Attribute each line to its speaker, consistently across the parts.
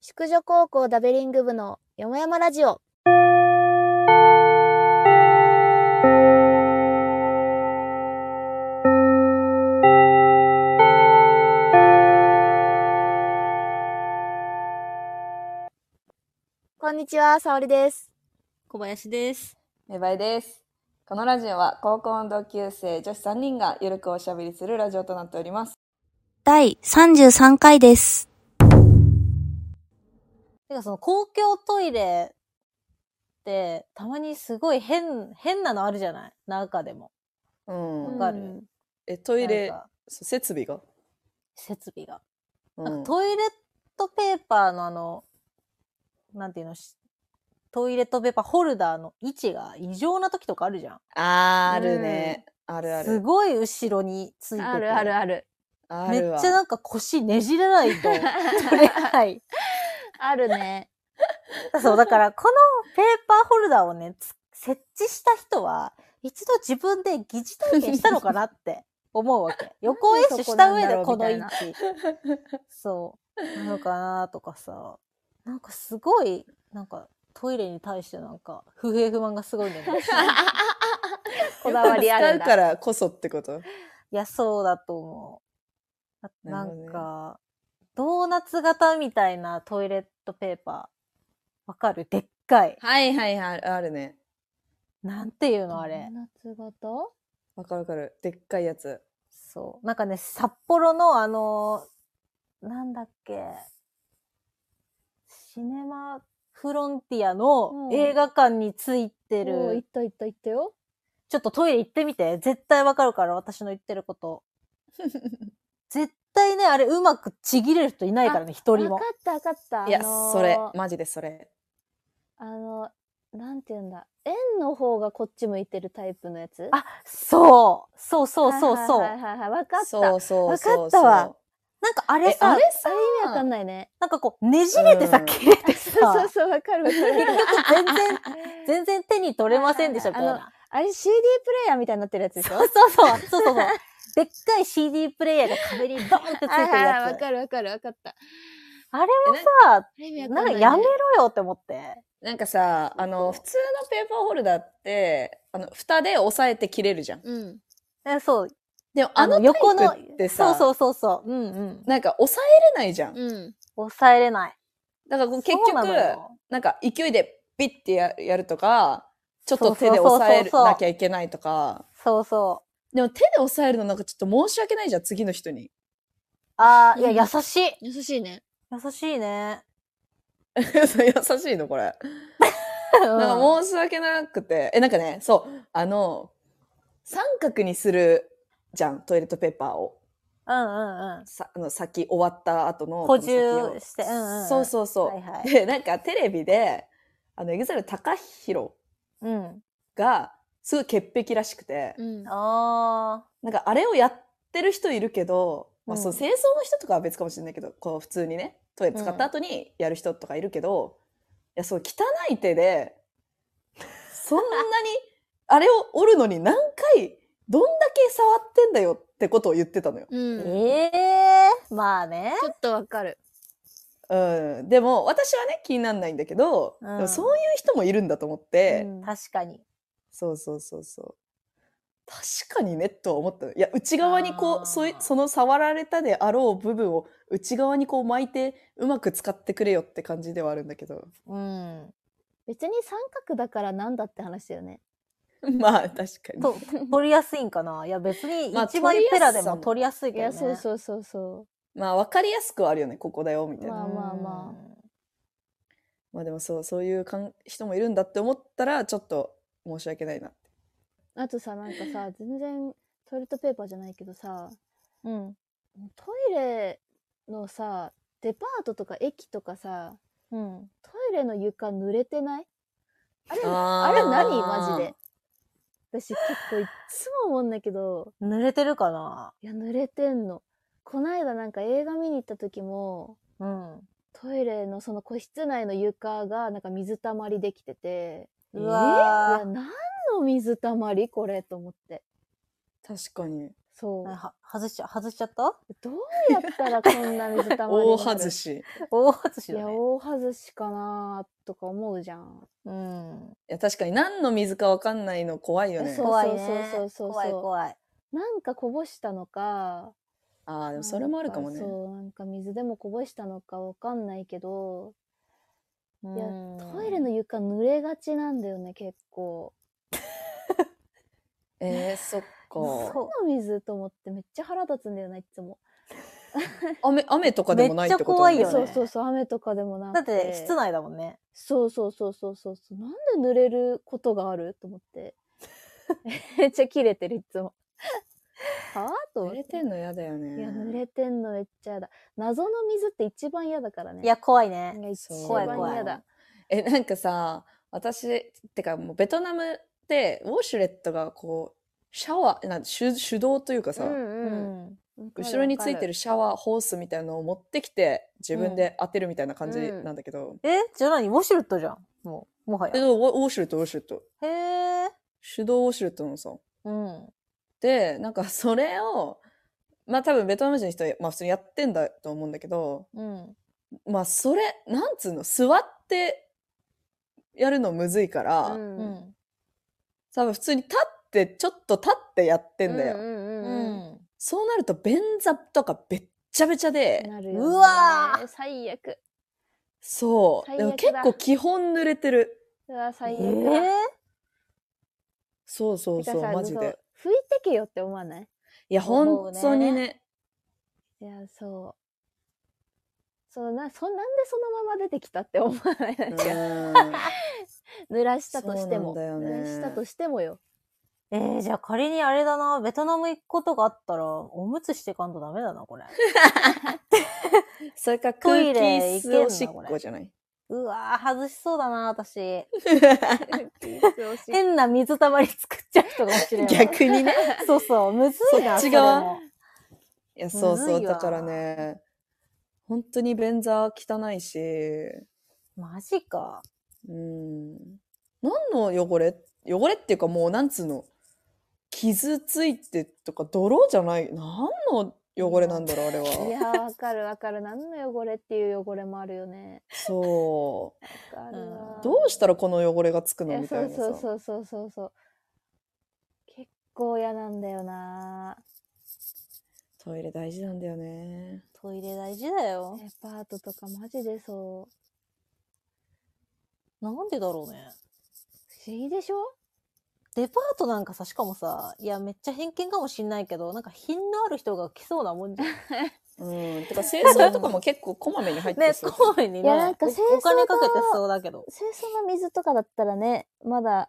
Speaker 1: 宿女高校ダベリング部のよもやまラジオ。こんにちは、沙織です。
Speaker 2: 小林です。
Speaker 3: 芽生えです。このラジオは高校の同級生女子3人がゆるくおしゃべりするラジオとなっております。
Speaker 1: 第33回です。
Speaker 2: てかその公共トイレって、たまにすごい変、変なのあるじゃない中でも。
Speaker 3: う
Speaker 2: わ
Speaker 3: ん
Speaker 2: かる。
Speaker 1: うん
Speaker 3: え、トイレ
Speaker 2: なん、か
Speaker 3: そう設備が、
Speaker 2: 設備が。
Speaker 3: う
Speaker 2: なんかトイレットペーパーのあの、なんていうの、しトイレットペーパーホルダーの位置が異常な時とかあるじゃん。
Speaker 3: あーあるね。あるあ
Speaker 2: す
Speaker 3: る。
Speaker 2: ごい後ろについてて。
Speaker 4: あるあるある。
Speaker 3: あ
Speaker 2: めっ
Speaker 3: るわ
Speaker 2: ちゃなんか腰ねじれないと取れない。
Speaker 4: あるね。
Speaker 2: そう、だから、このペーパーホルダーをね、つ設置した人は、一度自分で疑似体験したのかなって思うわ け。予行演習した上でこの位置。そう。なのかなとかさ。なんかすごい、なんかトイレに対してなんか、不平不満がすごいん だけど。い
Speaker 4: こだわりあるん
Speaker 3: 使う
Speaker 4: だ。
Speaker 3: からこそってこと。
Speaker 2: や、そうだと思う。あ
Speaker 3: な
Speaker 2: な
Speaker 3: るほどね
Speaker 2: んか、ドーナツ型みたいなトイレットペーパー。わかるでっかい。
Speaker 3: はいはいはい、あるね。
Speaker 2: なんていうのあれ。
Speaker 4: 夏型
Speaker 3: わかるわかる。でっかいやつ。
Speaker 2: そう。なんかね、札幌のあのーなんだっけ、シネマフロンティア
Speaker 4: う
Speaker 2: の
Speaker 4: ん
Speaker 2: 映画館についてる、
Speaker 4: おー、いったいったいったよ。
Speaker 2: ちょっとトイレ行ってみて。絶対わかるから、私の言ってる こと。絶対ね、あれうまくちぎれる人いないからね、一
Speaker 4: わ
Speaker 2: 人
Speaker 4: か
Speaker 2: も。
Speaker 4: ったわかった。
Speaker 3: いや、
Speaker 4: あのー
Speaker 3: それ。マジでそれ。
Speaker 4: あの、なんて言うんだ。円の方がこっち向いてるタイプのやつ
Speaker 2: あ、そうそうそうそうそう。
Speaker 4: はいはいはいはい。わかった。
Speaker 3: そうそうそうそう。
Speaker 2: わかったわ。なんかあれ
Speaker 3: え、
Speaker 2: さ
Speaker 3: あれ、さ
Speaker 4: あれ意味わかんないね。
Speaker 2: なんかこう、ねじれてさ、
Speaker 3: うん
Speaker 2: 切れ て
Speaker 4: そ
Speaker 2: さ
Speaker 4: う、そうそう、わかるわか る。
Speaker 2: 全然、全然手に取れませんでしたみたい
Speaker 4: はいはい
Speaker 2: な。
Speaker 4: あれ CD プレイヤーみたいになってるやつでしょ
Speaker 2: そうそうそう。そうそうそう。でっかい CD プレイヤーが壁にドンってついてる
Speaker 4: はいはいはい、
Speaker 2: や
Speaker 4: わ
Speaker 2: つ。
Speaker 4: かるわかるわかった。
Speaker 2: あれもさ、
Speaker 4: あれ意味わ
Speaker 2: な
Speaker 4: かんな
Speaker 2: んか
Speaker 4: い、ね。
Speaker 2: やめろよって思って。
Speaker 3: なんかさ、あの、普通のペーパーホルダーって、あの、蓋で押さえて切れるじゃん。
Speaker 4: うん。
Speaker 2: えそう。
Speaker 3: でも、あの
Speaker 2: 横
Speaker 3: タ
Speaker 2: の
Speaker 3: イプって、
Speaker 2: そ
Speaker 3: さ、
Speaker 2: うそうそうそう。うんうん。
Speaker 3: なんか抑えれないじゃん。
Speaker 4: うん。
Speaker 2: 抑えれない。
Speaker 3: だからこう結
Speaker 2: そう
Speaker 3: 局
Speaker 2: な
Speaker 3: な
Speaker 2: のよ
Speaker 3: んか勢いでビッてややるとかちょっと手で
Speaker 2: そうそうそうそう
Speaker 3: 押さえるなきゃいけないとか
Speaker 2: そうそう。
Speaker 3: でも手で押さえるのなんかちょっと申し訳ないじゃん次の人に
Speaker 2: ああ、い
Speaker 4: うん
Speaker 2: や、優しい。
Speaker 4: 優しいね。
Speaker 2: 優し いね。
Speaker 3: そう優しいのこれなんか申し訳なくてえなんかねそうあの三角にするじゃんトイレットペーパーを
Speaker 2: うんうんうん。
Speaker 3: さあの先終わった後の
Speaker 2: 補充
Speaker 3: この先を
Speaker 2: してうんうん
Speaker 3: そうそうそう、
Speaker 2: はいはい
Speaker 3: でなんかテレビであのエグザイル高弘
Speaker 2: うん。
Speaker 3: がすごい潔癖らしくて、
Speaker 4: うん。
Speaker 2: あ
Speaker 3: なんかあれをやってる人いるけど、まあ、
Speaker 2: うん
Speaker 3: その清掃の人とかは別かもしれないけど、こう普通にねトイレ使った後にやる人とかいるけど、いやそう汚い手でそんなに あれを折るのに何回どんだけ触ってんだよってことを言ってたのよ。
Speaker 2: あ。
Speaker 4: うん。
Speaker 2: ええー。まあね。
Speaker 4: ちょっとわかる。
Speaker 3: うん、でも私はね気にならないんだけど、
Speaker 2: うん
Speaker 3: でもそういう人もいるんだと思って、
Speaker 4: うん
Speaker 2: 確かに。
Speaker 3: そうそうそうそう。確かにねとは思ったのいや内側にこ
Speaker 2: あー
Speaker 3: うそういその触られたであろう部分を内側にこう巻いてうまく使ってくれよって感じではあるんだけど
Speaker 2: うん。
Speaker 4: 別に三角だからなんだって話だよね。
Speaker 3: まあ確かに
Speaker 2: と、取りやすいんかな。いや、別に
Speaker 3: まあ
Speaker 2: 一枚ペラでも取
Speaker 3: 取
Speaker 2: り
Speaker 3: り
Speaker 2: やすい
Speaker 4: い
Speaker 2: けど
Speaker 4: や、
Speaker 2: ね。
Speaker 4: そうそうそうそ
Speaker 3: まあ分かりやすくはあるよねここだよみたいな、
Speaker 4: まあ
Speaker 3: まあ、
Speaker 4: まあま
Speaker 2: あ。
Speaker 3: でもそうそういうかん人もいるんだって思ったらちょっと申し訳ないなって
Speaker 4: う。あとさ、なんかさ、全然トイレットペーパーじゃないけどさ、
Speaker 2: うん。
Speaker 4: トイレのさ、デパートとか駅とかさ、
Speaker 2: うん。
Speaker 4: トイレの床濡れてないあれ、
Speaker 3: あ
Speaker 4: あれ何マジで。私結構いっつも思うんだけど、
Speaker 2: 濡れてるかない
Speaker 4: や、濡れてんの。こないだなんか映画見に行った時も、
Speaker 2: うん。
Speaker 4: トイレのその個室内の床がなんか水たまりできてて、
Speaker 2: う
Speaker 4: いや、
Speaker 2: わー
Speaker 4: 何の水たまりこれと思って。
Speaker 3: 確かに
Speaker 4: そう。
Speaker 2: あは外しちゃ、外しちゃった
Speaker 4: どうやったらこんな水たまり
Speaker 3: 大
Speaker 4: になる
Speaker 3: 外し。い
Speaker 2: 大外し
Speaker 4: い
Speaker 2: だ
Speaker 4: や、
Speaker 2: ね。
Speaker 4: 大外しかなーとか思うじゃん。
Speaker 2: うん。
Speaker 3: や、確かに何の水かわかんないの怖いよね
Speaker 4: そう。
Speaker 2: 怖いね。
Speaker 4: そうそうそうそう
Speaker 2: 怖い怖い。
Speaker 4: なんかこぼしたのか。
Speaker 3: ああ、でもそれもあるかもね
Speaker 4: なん。そう、なんか水でもこぼしたのかわかんないけど、いや
Speaker 2: うん
Speaker 4: トイレの床濡れがちなんだよね、結構。
Speaker 3: えー、そっか。
Speaker 2: そ
Speaker 4: この水と思ってめっちゃ腹立つんだよな、いつも。
Speaker 3: 雨、雨とかでもないってこと
Speaker 2: めっちゃ怖いよね
Speaker 4: そうそうそう、雨とかでもな
Speaker 2: う。
Speaker 4: く
Speaker 2: だって、室内だもんね。
Speaker 4: そうそうそうそうそうそう。なんで濡れることがあると思って。 めっちゃ切れてる、いつも。はあと思
Speaker 3: 濡
Speaker 4: って
Speaker 3: れてんの嫌だよね。
Speaker 4: いや、濡れてんのめっちゃやだ。謎の水って一番嫌だからね。
Speaker 2: いや、怖い
Speaker 4: い
Speaker 2: ね。
Speaker 4: や、一
Speaker 3: そう
Speaker 4: 番嫌だ。
Speaker 3: え、なんかさ、私、ってかもうベトナムって、ウォシュレットがこう、シャワー、なん手手動というかさ、
Speaker 2: うんん。
Speaker 4: うん
Speaker 3: 後ろについてるシャワーホースみたいなのを持ってきて、自分で当てるみたいな感じ
Speaker 4: うん
Speaker 3: なんだけど、
Speaker 2: えじゃあ何ウォシュレットじゃん。もう、もはや
Speaker 3: え。でもウォウォシュレット、ウォシュレット。
Speaker 2: へえ。
Speaker 3: 手動ウォシュレットのさ。
Speaker 2: うん。
Speaker 3: で、なんかそれを、まあ多分ベトナム人の人は、まあ普通にやってんだと思うんだけど、
Speaker 2: うん。
Speaker 3: まあそれ、なんつうの、座ってやるのむずいから、
Speaker 4: わかるう。
Speaker 2: うんん。
Speaker 3: 多分普通に立って、ちょっと立ってやってんだよ。
Speaker 4: う
Speaker 2: うん
Speaker 4: うん
Speaker 2: ん。
Speaker 3: そうなると便座とかべっちゃべちゃ
Speaker 4: うん。
Speaker 3: で、
Speaker 4: なるよ、ね。
Speaker 2: うわー
Speaker 4: 最悪。
Speaker 3: そう。
Speaker 4: 最
Speaker 3: でも
Speaker 4: 悪
Speaker 3: 結
Speaker 4: だ
Speaker 3: 構基本濡れてる。
Speaker 4: うわ、最
Speaker 2: え
Speaker 4: 悪だ。
Speaker 2: ー
Speaker 3: そうそう
Speaker 4: てか
Speaker 3: そう、
Speaker 4: さ
Speaker 3: マジ
Speaker 4: そ
Speaker 3: で
Speaker 4: う。拭いてけよって思わない
Speaker 3: いや、
Speaker 2: 思う
Speaker 3: 本
Speaker 2: ね
Speaker 3: 当にね。
Speaker 4: いや、そう。そうな、そ、なんでそのまま出てきたって思わないなんか
Speaker 3: うん
Speaker 4: 濡らしたとしても。
Speaker 3: そうなんだよね
Speaker 4: 濡らしたとしてもよ。
Speaker 2: えー、じゃあ仮にあれだな、ベトナム行くことがあったら、おむつしてかんとダメだな、これ。
Speaker 3: それか
Speaker 2: ト
Speaker 3: 空
Speaker 2: イ
Speaker 3: 気
Speaker 2: レ
Speaker 3: 椅
Speaker 2: 行けん
Speaker 3: 子
Speaker 2: の
Speaker 3: おしっこじゃない。
Speaker 2: うわぁ、外しそうだな、私。
Speaker 4: どうしよ
Speaker 2: 変な水たまり作っちゃう人かもしれない。
Speaker 3: 逆にね。
Speaker 2: そうそう、むずいな、
Speaker 3: そっち
Speaker 2: それ
Speaker 3: 側
Speaker 2: も
Speaker 3: いや、そう
Speaker 2: む
Speaker 3: そ
Speaker 2: ず
Speaker 3: う、
Speaker 2: いわ
Speaker 3: だからね。本当に便座汚いし、
Speaker 2: マジか。
Speaker 3: うん。何の汚れ汚れっていうかもう、なんつうの。傷ついてとか、泥じゃない。何の汚れなんだろう、あれ
Speaker 4: うい
Speaker 3: は。
Speaker 4: やー、わかるわかる。何の汚れっていう汚れもあるよね。
Speaker 3: そう。
Speaker 4: わかるわ
Speaker 2: うん
Speaker 3: どうしたらこの汚れがつく
Speaker 4: い
Speaker 3: の
Speaker 4: や
Speaker 3: みたいなさ。
Speaker 4: そうそうそうそうそうそう結構嫌なんだよな
Speaker 3: トイレ大事なんだよね。
Speaker 2: トイレ大事だよ。
Speaker 4: デパートとかマジでそう
Speaker 2: なんでだろうね。
Speaker 4: 不思議でしょ
Speaker 2: デパートなんかさ、しかもさ、いや、めっちゃ偏見かもしんないけど、なんか品のある人が来そうなもんじゃん。
Speaker 3: うん。てか清掃とかも結構こまめに入って
Speaker 2: ね、
Speaker 3: そう
Speaker 2: こまめにね。
Speaker 4: いやなんか清掃
Speaker 2: おお金かけてそうだけど。
Speaker 4: 清掃の水とかだったらねまだ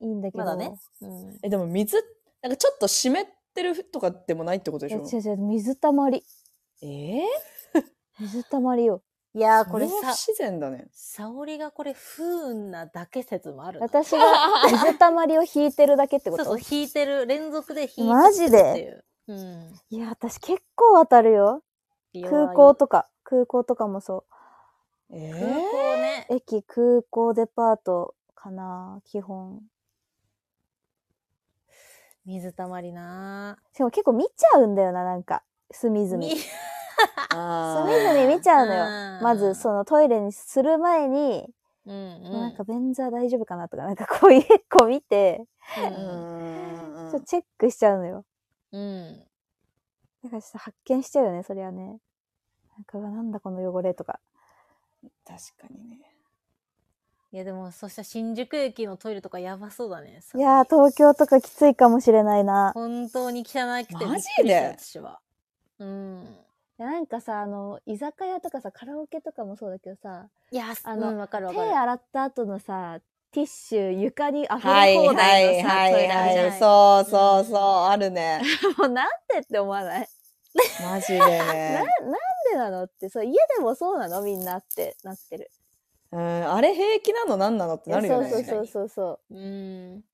Speaker 4: いいんだけど
Speaker 2: まだね。うん。
Speaker 3: え、でも水、なんかちょっと湿ってるとかでもないってこと
Speaker 4: い
Speaker 3: でし
Speaker 4: や違
Speaker 3: ょ
Speaker 4: う違う水たまり
Speaker 3: え
Speaker 4: 水たまり よ
Speaker 2: いや
Speaker 3: ー、
Speaker 2: ー、これ
Speaker 3: そは
Speaker 2: さ、
Speaker 3: 自然だね。
Speaker 2: 沙織がこれ不運なだけ説もあるな。
Speaker 4: 私が水たまりを引いてるだけってこ
Speaker 2: そうそ
Speaker 4: と
Speaker 2: う、引いてる。連続で引いてる
Speaker 4: マジで
Speaker 2: っていう。うん。
Speaker 4: いや私結構当たるよ空港とか空港とかもそ
Speaker 3: え
Speaker 2: か
Speaker 3: ー
Speaker 2: 空港ね。
Speaker 4: う駅空港デパートかな基本
Speaker 2: 水たまりな
Speaker 4: しかも結構見ちゃうんだよな、なんか。隅々。
Speaker 2: み
Speaker 4: 隅
Speaker 3: あ
Speaker 4: 々見ちゃうのよ。
Speaker 2: あー
Speaker 4: まず、そのトイレにする前に、
Speaker 2: うんうん。
Speaker 4: なんか便座大丈夫かなとか、なんかこういう 結構見て、
Speaker 2: う、
Speaker 3: うんん
Speaker 4: そうチェックしちゃうのよ。
Speaker 2: うん。
Speaker 4: だからちょっと発見しちゃうよね、そりゃね。なんか、うわなんだこの汚れとか。
Speaker 3: 確かにね。
Speaker 2: いや、でも、そしたら新宿駅のトイレとかやばそうだね。
Speaker 4: いやー、東京とかきついかもしれないな。
Speaker 2: 本当に汚くて
Speaker 3: マジで
Speaker 2: びっくりした私は。うん。
Speaker 4: いやなんかさ、あの、居酒屋とかさ、カラオケとかもそうだけどさ、
Speaker 2: いや、
Speaker 4: あ
Speaker 2: あ
Speaker 4: の
Speaker 2: の、うんわかるわ
Speaker 4: 手
Speaker 2: かる。
Speaker 4: 洗った後のさ、ティッシュ床に溢
Speaker 3: は
Speaker 4: れ
Speaker 3: い
Speaker 4: 放
Speaker 3: は
Speaker 4: 題
Speaker 3: い
Speaker 4: のさ、
Speaker 3: は
Speaker 4: トイ
Speaker 3: い
Speaker 4: レあるじゃ
Speaker 3: は。
Speaker 4: ないい。
Speaker 3: そうそうそう、あるね。
Speaker 4: もうなんでって思わない
Speaker 3: マジで
Speaker 4: な
Speaker 3: ね。
Speaker 4: なんでなのってそう家でもそうなのみんなってなってる
Speaker 3: うん、あれ平気なの何なのってなるよね。
Speaker 4: そうそうそうそうそう
Speaker 2: うん。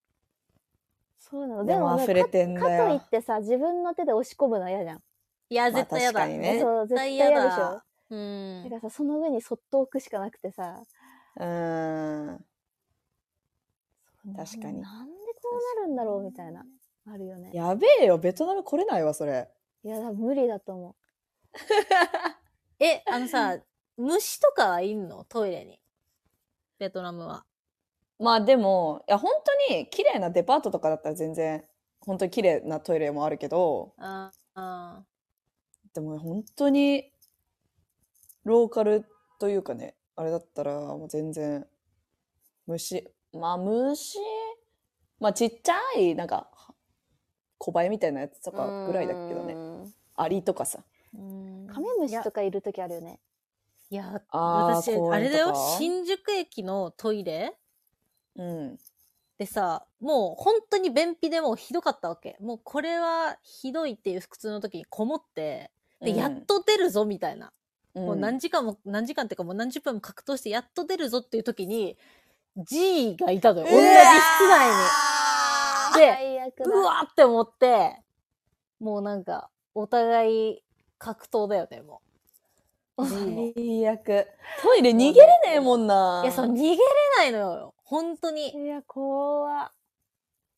Speaker 4: そうなの
Speaker 3: で
Speaker 4: でも
Speaker 3: も
Speaker 4: ね
Speaker 3: 溢れてん
Speaker 4: かか
Speaker 3: だ
Speaker 4: とい
Speaker 3: よ。
Speaker 4: ってさ自分の手で押し込むのは嫌じゃん、
Speaker 2: いや、
Speaker 3: まあ
Speaker 2: 絶対やだ。
Speaker 3: 確かにね
Speaker 4: そう
Speaker 2: 絶
Speaker 4: 絶対
Speaker 2: 対や
Speaker 4: 嫌でし
Speaker 2: だ
Speaker 4: ょ。
Speaker 2: う
Speaker 4: だ
Speaker 2: ん
Speaker 4: か。らさその上にそっと置くしかなくてさ
Speaker 3: うん。確かに
Speaker 4: なんでこうなるんだろうみたいなあるよね。
Speaker 3: やべえよ、ベトナム来れないわ、それ。
Speaker 4: いや、多分無理だと思
Speaker 2: え、あのさ、虫とかはいんのトイレに。ベトナムは。
Speaker 3: まあでも、いや、本当に綺麗なデパートとかだったら全然、本当に綺麗なトイレもあるけど、
Speaker 2: ああ。
Speaker 3: でも本当に、ローカルというかね、あれだったら、もう全然、虫、まあ虫、まあちっちゃい、なんか、小バエみたいなやつと
Speaker 4: う。
Speaker 3: かぐらいだけどね。
Speaker 4: ね。
Speaker 3: アリとかさ。
Speaker 4: カメムシとかいるときあるよね。
Speaker 2: いや、
Speaker 3: あー
Speaker 2: 私、
Speaker 3: 公園とか
Speaker 2: あれだよ、新宿駅のトイレ
Speaker 3: うん。
Speaker 2: でさ、もう本当に便秘でもうひどかったわけ。もうこれはひどいっていう腹痛の時にこもって、で、
Speaker 3: うん
Speaker 2: やっ、と出るぞみたいな。もう
Speaker 3: うん
Speaker 2: 何時間も、何時間っていうかもう何十分も格闘してやっと出るぞっていう時に、G がいたのよ。同じ室内に。で、
Speaker 4: 最悪
Speaker 2: う
Speaker 4: だ。
Speaker 2: わーって思って、もうなんか、お互い格闘だよね、もう。G も
Speaker 3: 最悪。トイレ逃げれねえもんな。
Speaker 2: いや、そう、逃げれないのよ。本当に。
Speaker 4: いや、怖っ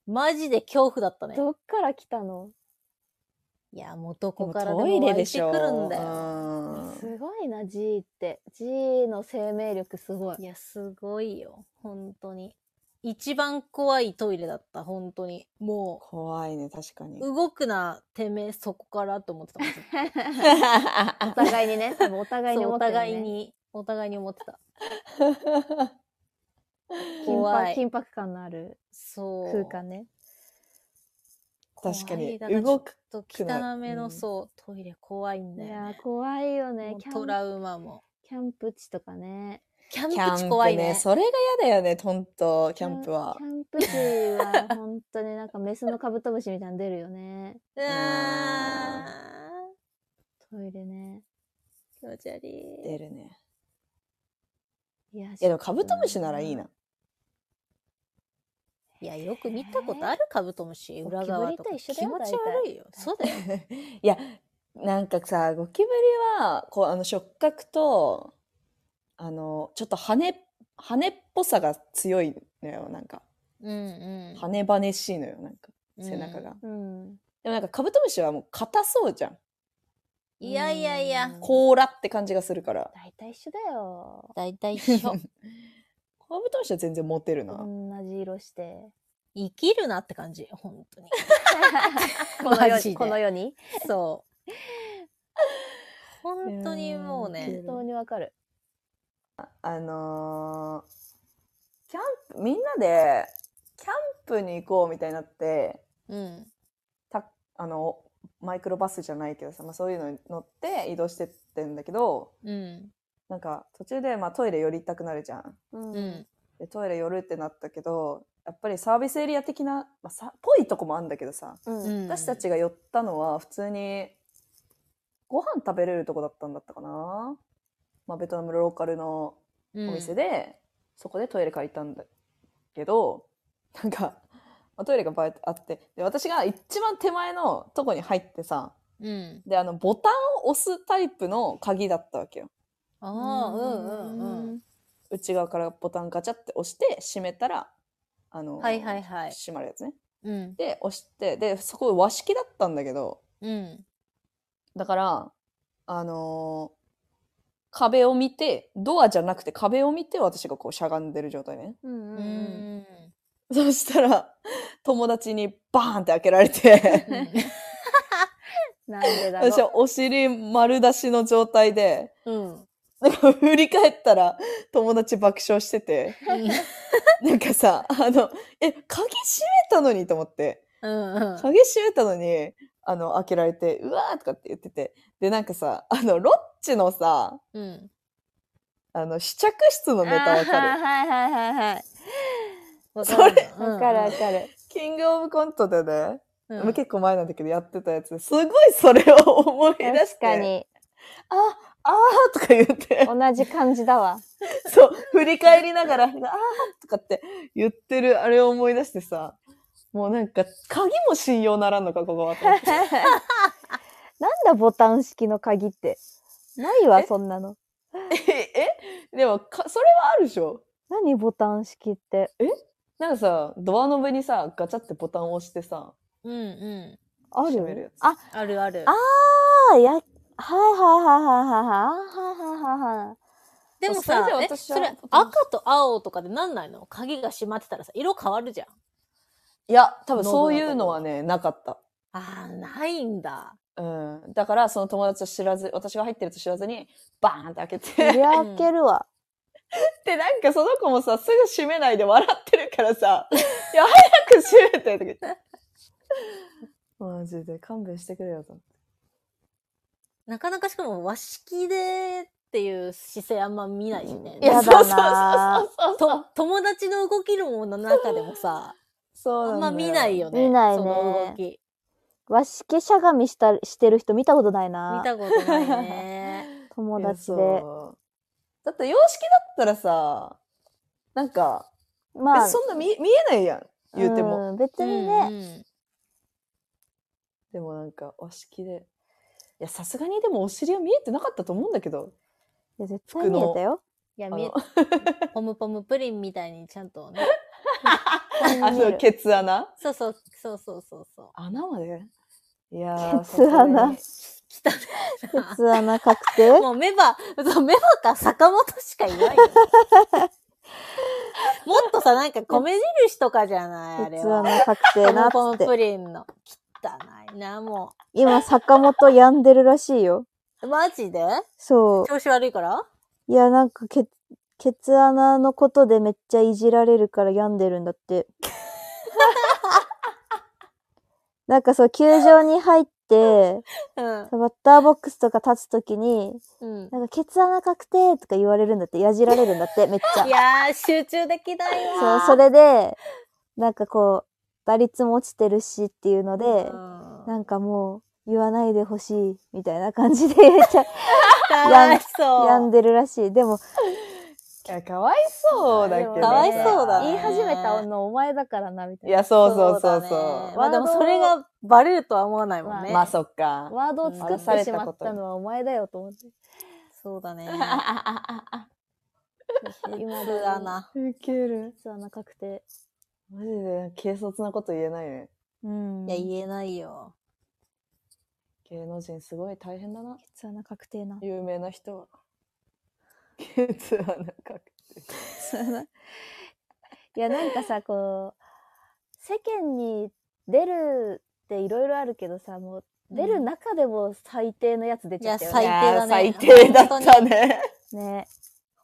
Speaker 2: マジで恐怖だったね。
Speaker 4: どっから来たの
Speaker 2: いや、もうど
Speaker 3: で
Speaker 2: こ
Speaker 3: も
Speaker 2: からで
Speaker 3: トイ
Speaker 2: も
Speaker 3: レ
Speaker 2: 湧い
Speaker 3: で
Speaker 2: て
Speaker 3: し
Speaker 2: く
Speaker 3: ょ。
Speaker 2: るんだよ。
Speaker 3: よ
Speaker 4: すごいな、G って。G の生命力すごい
Speaker 2: い。や、すごいよ。本当に。一番怖いトイレだった、本当に。も
Speaker 3: 怖いね、確か に
Speaker 2: う、。動くな、てめえ、そこからと思ってたもん。ずっと
Speaker 4: お互いに ね、多分お 互いに
Speaker 2: そう
Speaker 4: 思
Speaker 2: お
Speaker 4: ってるよね
Speaker 2: 互いに、お互いに思ってた。
Speaker 4: 緊
Speaker 2: 怖
Speaker 4: 迫
Speaker 2: い
Speaker 4: 緊迫感のある
Speaker 2: そう。
Speaker 4: 空間ね。
Speaker 3: 確かに。
Speaker 2: 怖いな
Speaker 3: 動く。
Speaker 2: ちょっと
Speaker 3: くな
Speaker 2: 汚め
Speaker 3: う
Speaker 2: の、
Speaker 3: ん
Speaker 2: そう、トイレ怖いん
Speaker 4: い
Speaker 2: だよ
Speaker 4: や
Speaker 2: ね。
Speaker 4: ー、怖いよね
Speaker 2: もう。
Speaker 4: キャ
Speaker 2: ト
Speaker 4: ン
Speaker 2: ラウマも。
Speaker 4: キャンプ地とかね。
Speaker 2: キャ
Speaker 3: キャ
Speaker 2: ンプ
Speaker 3: ン
Speaker 2: 地
Speaker 3: プ
Speaker 2: 怖い
Speaker 3: ね。
Speaker 2: ね。
Speaker 3: それが嫌だよね、ほんと、キャンプは
Speaker 4: キ。ャンプ地は本当になんかメスのカブトムシみたいなの出るよね。
Speaker 2: うわー。
Speaker 4: トイレね。
Speaker 2: 気持ち悪い。
Speaker 3: 出るね。
Speaker 4: いや、
Speaker 3: いや、でもカブトムシならいいな。
Speaker 2: いや、よく見たことあるカブトムシ、裏側と
Speaker 4: ゴキ
Speaker 2: か。
Speaker 4: ブリと一緒だ
Speaker 2: 気
Speaker 4: よ
Speaker 2: 持ち悪いよ。そうだよ。
Speaker 3: いや、なんかさ、ゴキブリは、こう、あの、触覚と、あの、ちょっと羽、羽っぽさが強いのよ、なんか。
Speaker 2: うんうん。
Speaker 3: 羽々しいのよ、なんか、
Speaker 2: うん
Speaker 3: 背中が。
Speaker 4: うん。
Speaker 3: でもなんかカブトムシはもう硬そうじゃん。
Speaker 2: いやいやいや。
Speaker 3: 甲羅って感じがするから。
Speaker 4: 大体一緒だよ。
Speaker 2: 大体一 緒。
Speaker 3: カブトムシは全然モテるな。
Speaker 4: 同じ色 して。
Speaker 2: 生きるなって感じ、本当に。
Speaker 4: この
Speaker 2: マ
Speaker 4: 世
Speaker 2: ジで
Speaker 4: に。この世に。
Speaker 2: そう。本当にもうね
Speaker 4: 本。当にわかる。
Speaker 3: あのーキャンプ、みんなで、キャンプに行こうみたいになって、
Speaker 2: うん。
Speaker 3: たあの、マイクロバスじゃないけどさ、まあ、そういうのに乗って移動してってんだけど、
Speaker 2: うん。
Speaker 3: なんか途中でまあトイレ寄りたくなるじゃん。
Speaker 4: う
Speaker 2: う。ん。
Speaker 3: でトイレ寄るってなったけど、やっぱりサービスエリア的な、まあ、さ、ぽいとこもあんだけどさ、
Speaker 4: うん。
Speaker 2: うん
Speaker 3: 私たちが寄ったのは普通にご飯食べれるとこだったんだったかな、まあ、ベトナムローカルのお店で、そこでトイレ借りたんだけど なんかまあトイレがバーってあってで私が一番手前のとこに入ってさ
Speaker 2: うん。
Speaker 3: であのボタンを押すタイプの鍵だったわけよ
Speaker 2: ああ、うんうんうん。
Speaker 3: 内側からボタンガチャって押して閉めたらあの、
Speaker 2: はいはいはい。
Speaker 3: 閉まるやつね
Speaker 2: うん。
Speaker 3: で押してでそこ和式だったんだけど
Speaker 2: うん。
Speaker 3: だから、あのー壁を見て、ドアじゃなくて壁を見て私がこうしゃがんでる状態ね。
Speaker 4: うん
Speaker 2: う
Speaker 4: うん。
Speaker 2: ん。
Speaker 3: そしたら、友達にバーンって開けら れて、
Speaker 4: なんでだろう
Speaker 3: 私。はお尻丸出しの状態で、
Speaker 2: うん。
Speaker 3: なんか振り返ったら友達爆笑し てて、なんかさ、あの、え、鍵閉めたのにと思って、
Speaker 2: うん。
Speaker 3: 鍵閉めたのに、あの、開けられて、うわーとかって言ってて、で、なんかさ、あの、ロッチのさ、
Speaker 2: うん。
Speaker 3: あの、試着室のネタわかる
Speaker 4: あーはいはいはいはい。
Speaker 2: わ
Speaker 3: かる
Speaker 2: か
Speaker 4: わかるわかる。
Speaker 3: キングオブコントでね、
Speaker 2: うん
Speaker 3: もう結構前なんだけどやってたやつですごいそれを思い出し
Speaker 4: 確
Speaker 3: て
Speaker 4: かに。
Speaker 3: ああーとか言って
Speaker 4: 同じ感じだわ。
Speaker 3: そう振り返りながらあーとかって言ってるあれを思い出してさもうなんか鍵も信用ならんのかここは と思って
Speaker 4: なんだボタン式の鍵って。ないわ、
Speaker 3: え
Speaker 4: そんなの。
Speaker 3: えでもかそれはあるでしょ
Speaker 4: 何ボタン式って。
Speaker 3: なんかさドアノブにさガチャってボタンを押してさ
Speaker 2: うんう
Speaker 4: あ
Speaker 3: 締めるや
Speaker 4: る
Speaker 3: つ
Speaker 4: あ、
Speaker 2: ん。あるある。
Speaker 4: あああ、や、はいはいはいはいはいはいはいはいはい。
Speaker 2: でもさ、
Speaker 3: それで
Speaker 2: え
Speaker 3: 私は
Speaker 2: それ赤と青とかでなんないの鍵が閉まってたらさ、色変わるじゃん。
Speaker 3: いや、多分そういうのはね、なかった。
Speaker 2: あー、ないんだ。
Speaker 3: うん。だから、その友達と知らず、私が入ってると知らずに、バーンって開け
Speaker 4: 振り
Speaker 3: て。
Speaker 4: 開けるわ。
Speaker 3: で、なんかその子もさ、すぐ閉めないで笑ってるからさ、いや、早く閉めてとか言って。マジで勘弁してくれよと思って。
Speaker 2: なかなかしかも和式でっていう姿勢あんま見ないしね。
Speaker 3: いや
Speaker 4: やだな
Speaker 3: そうそうそうそう
Speaker 2: と友達の動きの中でもさ、
Speaker 3: そうな
Speaker 2: あ
Speaker 3: んんだ
Speaker 2: ま見ないよね。
Speaker 4: 見ないね
Speaker 2: その動き。
Speaker 4: 和式しゃがみした、してる人見たことない
Speaker 2: 見
Speaker 4: な。
Speaker 2: たことない ね。
Speaker 4: 友達
Speaker 3: いや
Speaker 4: で。
Speaker 3: そうだって、様式だったらさ、なんか、
Speaker 4: まあ、
Speaker 3: 別にそんな見見えないやん、言うても。
Speaker 4: うん。別にね、
Speaker 2: ね。
Speaker 3: でもなんか、和式で。いや、さすがにでもお尻は見えてなかったと思うんだけど。
Speaker 4: いや絶対見えたよ。
Speaker 2: いや、
Speaker 3: あ
Speaker 2: 見え
Speaker 3: の、
Speaker 2: ポムポムプリンみたいにちゃんとね。
Speaker 3: あの、ケツ穴
Speaker 2: そうそう、そうそうそうそ
Speaker 3: 穴までいやー
Speaker 4: ケツ穴
Speaker 2: う。き汚いな
Speaker 4: 普通穴確定
Speaker 2: もうメバ、そうメバか坂本しかいないよ。もっとさ、なんか米印とかじゃないあれ
Speaker 4: 普通
Speaker 2: は。
Speaker 4: 穴確定 なっ
Speaker 2: ポム
Speaker 4: つっ
Speaker 2: ポム
Speaker 4: て。
Speaker 2: プリンの。汚いな、も
Speaker 4: 今、坂本病んでるらしいよ。
Speaker 2: う。マジで
Speaker 4: そ
Speaker 2: 調子悪いから
Speaker 4: う。いや、なんかケ、ケツ穴のことでめっちゃいじられるから病んでるんだって。なんかそう、球場に入って、
Speaker 2: うん。
Speaker 4: バッターボックスとか立つときに、
Speaker 2: うん。
Speaker 4: なんかケツ穴確定とか言われるんだって、やじられるんだって、めっちゃ
Speaker 2: い。やー、集中できない
Speaker 4: そ
Speaker 2: わ
Speaker 4: う
Speaker 2: ー。、
Speaker 4: それで、なんかこう、打率も落ちてるしっていうので
Speaker 2: う、ん
Speaker 4: なんかもう、言わないでほしい、みたいな感じ で言っちゃ、
Speaker 2: かわいそう。
Speaker 4: 病んでるらしい。でも、
Speaker 3: いや、かわいそうだけど。
Speaker 2: かわいそうだね
Speaker 4: 言い始めた
Speaker 2: 女
Speaker 4: のお前だからな、みた
Speaker 3: い。や、そうそうそう
Speaker 2: だ
Speaker 3: そ
Speaker 2: ね
Speaker 3: う。
Speaker 2: まあでもそれがバレるとは思わないもんね。
Speaker 3: まあ、そっか。
Speaker 4: ワード
Speaker 2: を作って
Speaker 3: しまったの
Speaker 4: はお前だよと思って。
Speaker 2: そうだね。
Speaker 4: 今
Speaker 2: そうだ。な。
Speaker 3: ウケる。
Speaker 4: そうな確定。
Speaker 3: マジで、軽率なこと言えないね。
Speaker 4: うん。
Speaker 2: いや、言えないよ。
Speaker 3: 芸能人すごい大変だな。
Speaker 4: ケツ穴確定な。
Speaker 3: 有名な人は。ケツ穴確定。
Speaker 4: いや、なんかさ、こう、世間に出るっていろいろあるけどさ、もう、出る中でも最低のやつ出ちゃったよ
Speaker 2: 最低
Speaker 4: ね。
Speaker 3: いやー最
Speaker 2: だね
Speaker 3: 低だったね。
Speaker 4: ね。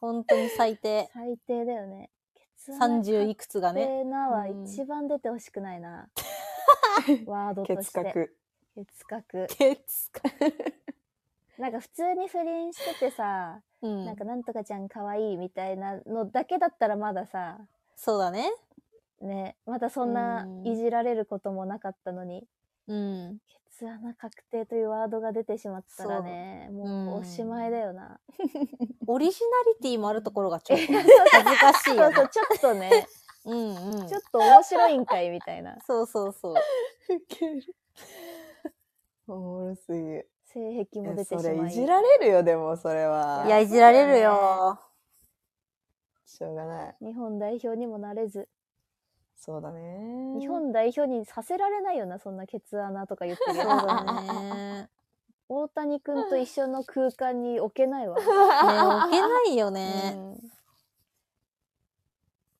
Speaker 2: 本当に最低。
Speaker 4: 最低だよね。ケツ穴
Speaker 2: 30いくつが
Speaker 4: 確
Speaker 2: ね。
Speaker 4: 定なは
Speaker 2: うん
Speaker 4: 一番出てほしくない な。ワードと
Speaker 3: ケ
Speaker 4: して。
Speaker 3: ツ角。
Speaker 4: ケツ角。
Speaker 2: ケツか。
Speaker 4: なんか普通に不倫しててさ、
Speaker 2: うん。
Speaker 4: なんかなんとかちゃん可愛いみたいなのだけだったらまださ、
Speaker 2: そうだね。
Speaker 4: ね、まだそんな
Speaker 2: うん
Speaker 4: いじられることもなかったのに、
Speaker 2: うん。
Speaker 4: ケツ穴確定というワードが出てしまったらね、も
Speaker 2: ん
Speaker 4: うおしまいだよな。
Speaker 2: オリジナリティもあるところがちょっとね恥ずかし い
Speaker 4: そ
Speaker 2: よ
Speaker 4: うそう、
Speaker 2: ね。
Speaker 4: ちょっとね、
Speaker 2: うんうん
Speaker 4: ちょ。っと面白いんかいみたいな。
Speaker 2: そうそうそう。
Speaker 3: ウケる。おもろすぎる。
Speaker 4: 性癖
Speaker 3: い
Speaker 4: も
Speaker 3: や
Speaker 4: 出てし
Speaker 3: そ
Speaker 4: まい。
Speaker 3: れいじられるよ、でも、それは。
Speaker 2: いや、いじられるよ。
Speaker 3: しょうがない。
Speaker 4: 日本代表にもなれず、
Speaker 3: そうだね。
Speaker 4: 日本代表にさせられないよな、そんなケツ穴とか言ってる
Speaker 2: そう
Speaker 4: やつ
Speaker 2: だね。ね
Speaker 4: 大谷くんと一緒の空間に置けないわ。
Speaker 2: 置けないよね。
Speaker 4: うん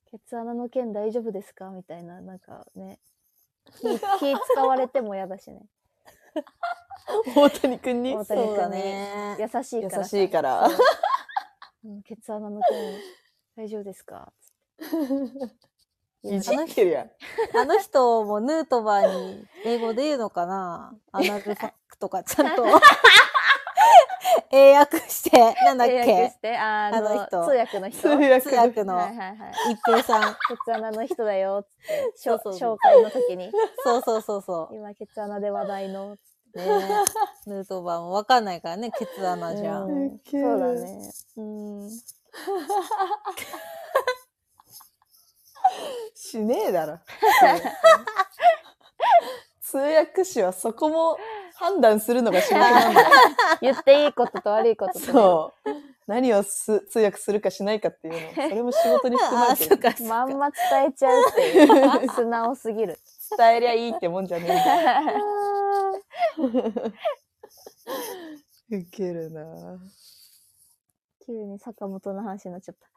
Speaker 4: ケツ穴の件大丈夫ですかみたいな、なんかね。気、気使われても嫌だしね。
Speaker 3: 大谷君に
Speaker 4: 大谷
Speaker 2: そうだ
Speaker 4: くんに
Speaker 2: ね。
Speaker 4: 優しいから
Speaker 3: 優
Speaker 4: さ。
Speaker 3: しいから。
Speaker 4: うんケツ穴の件大丈夫ですか
Speaker 3: いじってるやん。
Speaker 2: あの人もヌートバーに英語で言うのかなアナルファックとかち ゃんと英訳して、なんだっ
Speaker 4: 契約
Speaker 2: け
Speaker 4: して、あーあの
Speaker 2: あの人
Speaker 4: 通訳の人。
Speaker 3: 通訳
Speaker 2: 通訳の
Speaker 4: はいはいはい。
Speaker 2: 一平さん。
Speaker 4: ケツ穴の人だよ、つって。しょ
Speaker 2: そうそうそ
Speaker 4: 紹
Speaker 2: う
Speaker 4: 介の時に。
Speaker 2: そうそうそうそ
Speaker 4: 今、ケツ穴で話題の。
Speaker 2: う。ねえヌートバーもわかんないからね、ケツ穴じゃ。
Speaker 4: うんん
Speaker 3: ウケる
Speaker 4: そうだね。
Speaker 2: うん。
Speaker 3: しねえだろ。通訳士はそこも判断するのが仕事なんだよ。
Speaker 4: 言っていいことと悪いこととね。
Speaker 3: そ何をす通訳するかしないかっていうの、それも仕事に含まれ てる。
Speaker 2: かそ
Speaker 4: まんま伝えちゃうっていう。素直すぎる。
Speaker 3: 伝えりゃいいってもんじゃねえんだウケるなぁ
Speaker 4: 急に坂本の話になっちゃった。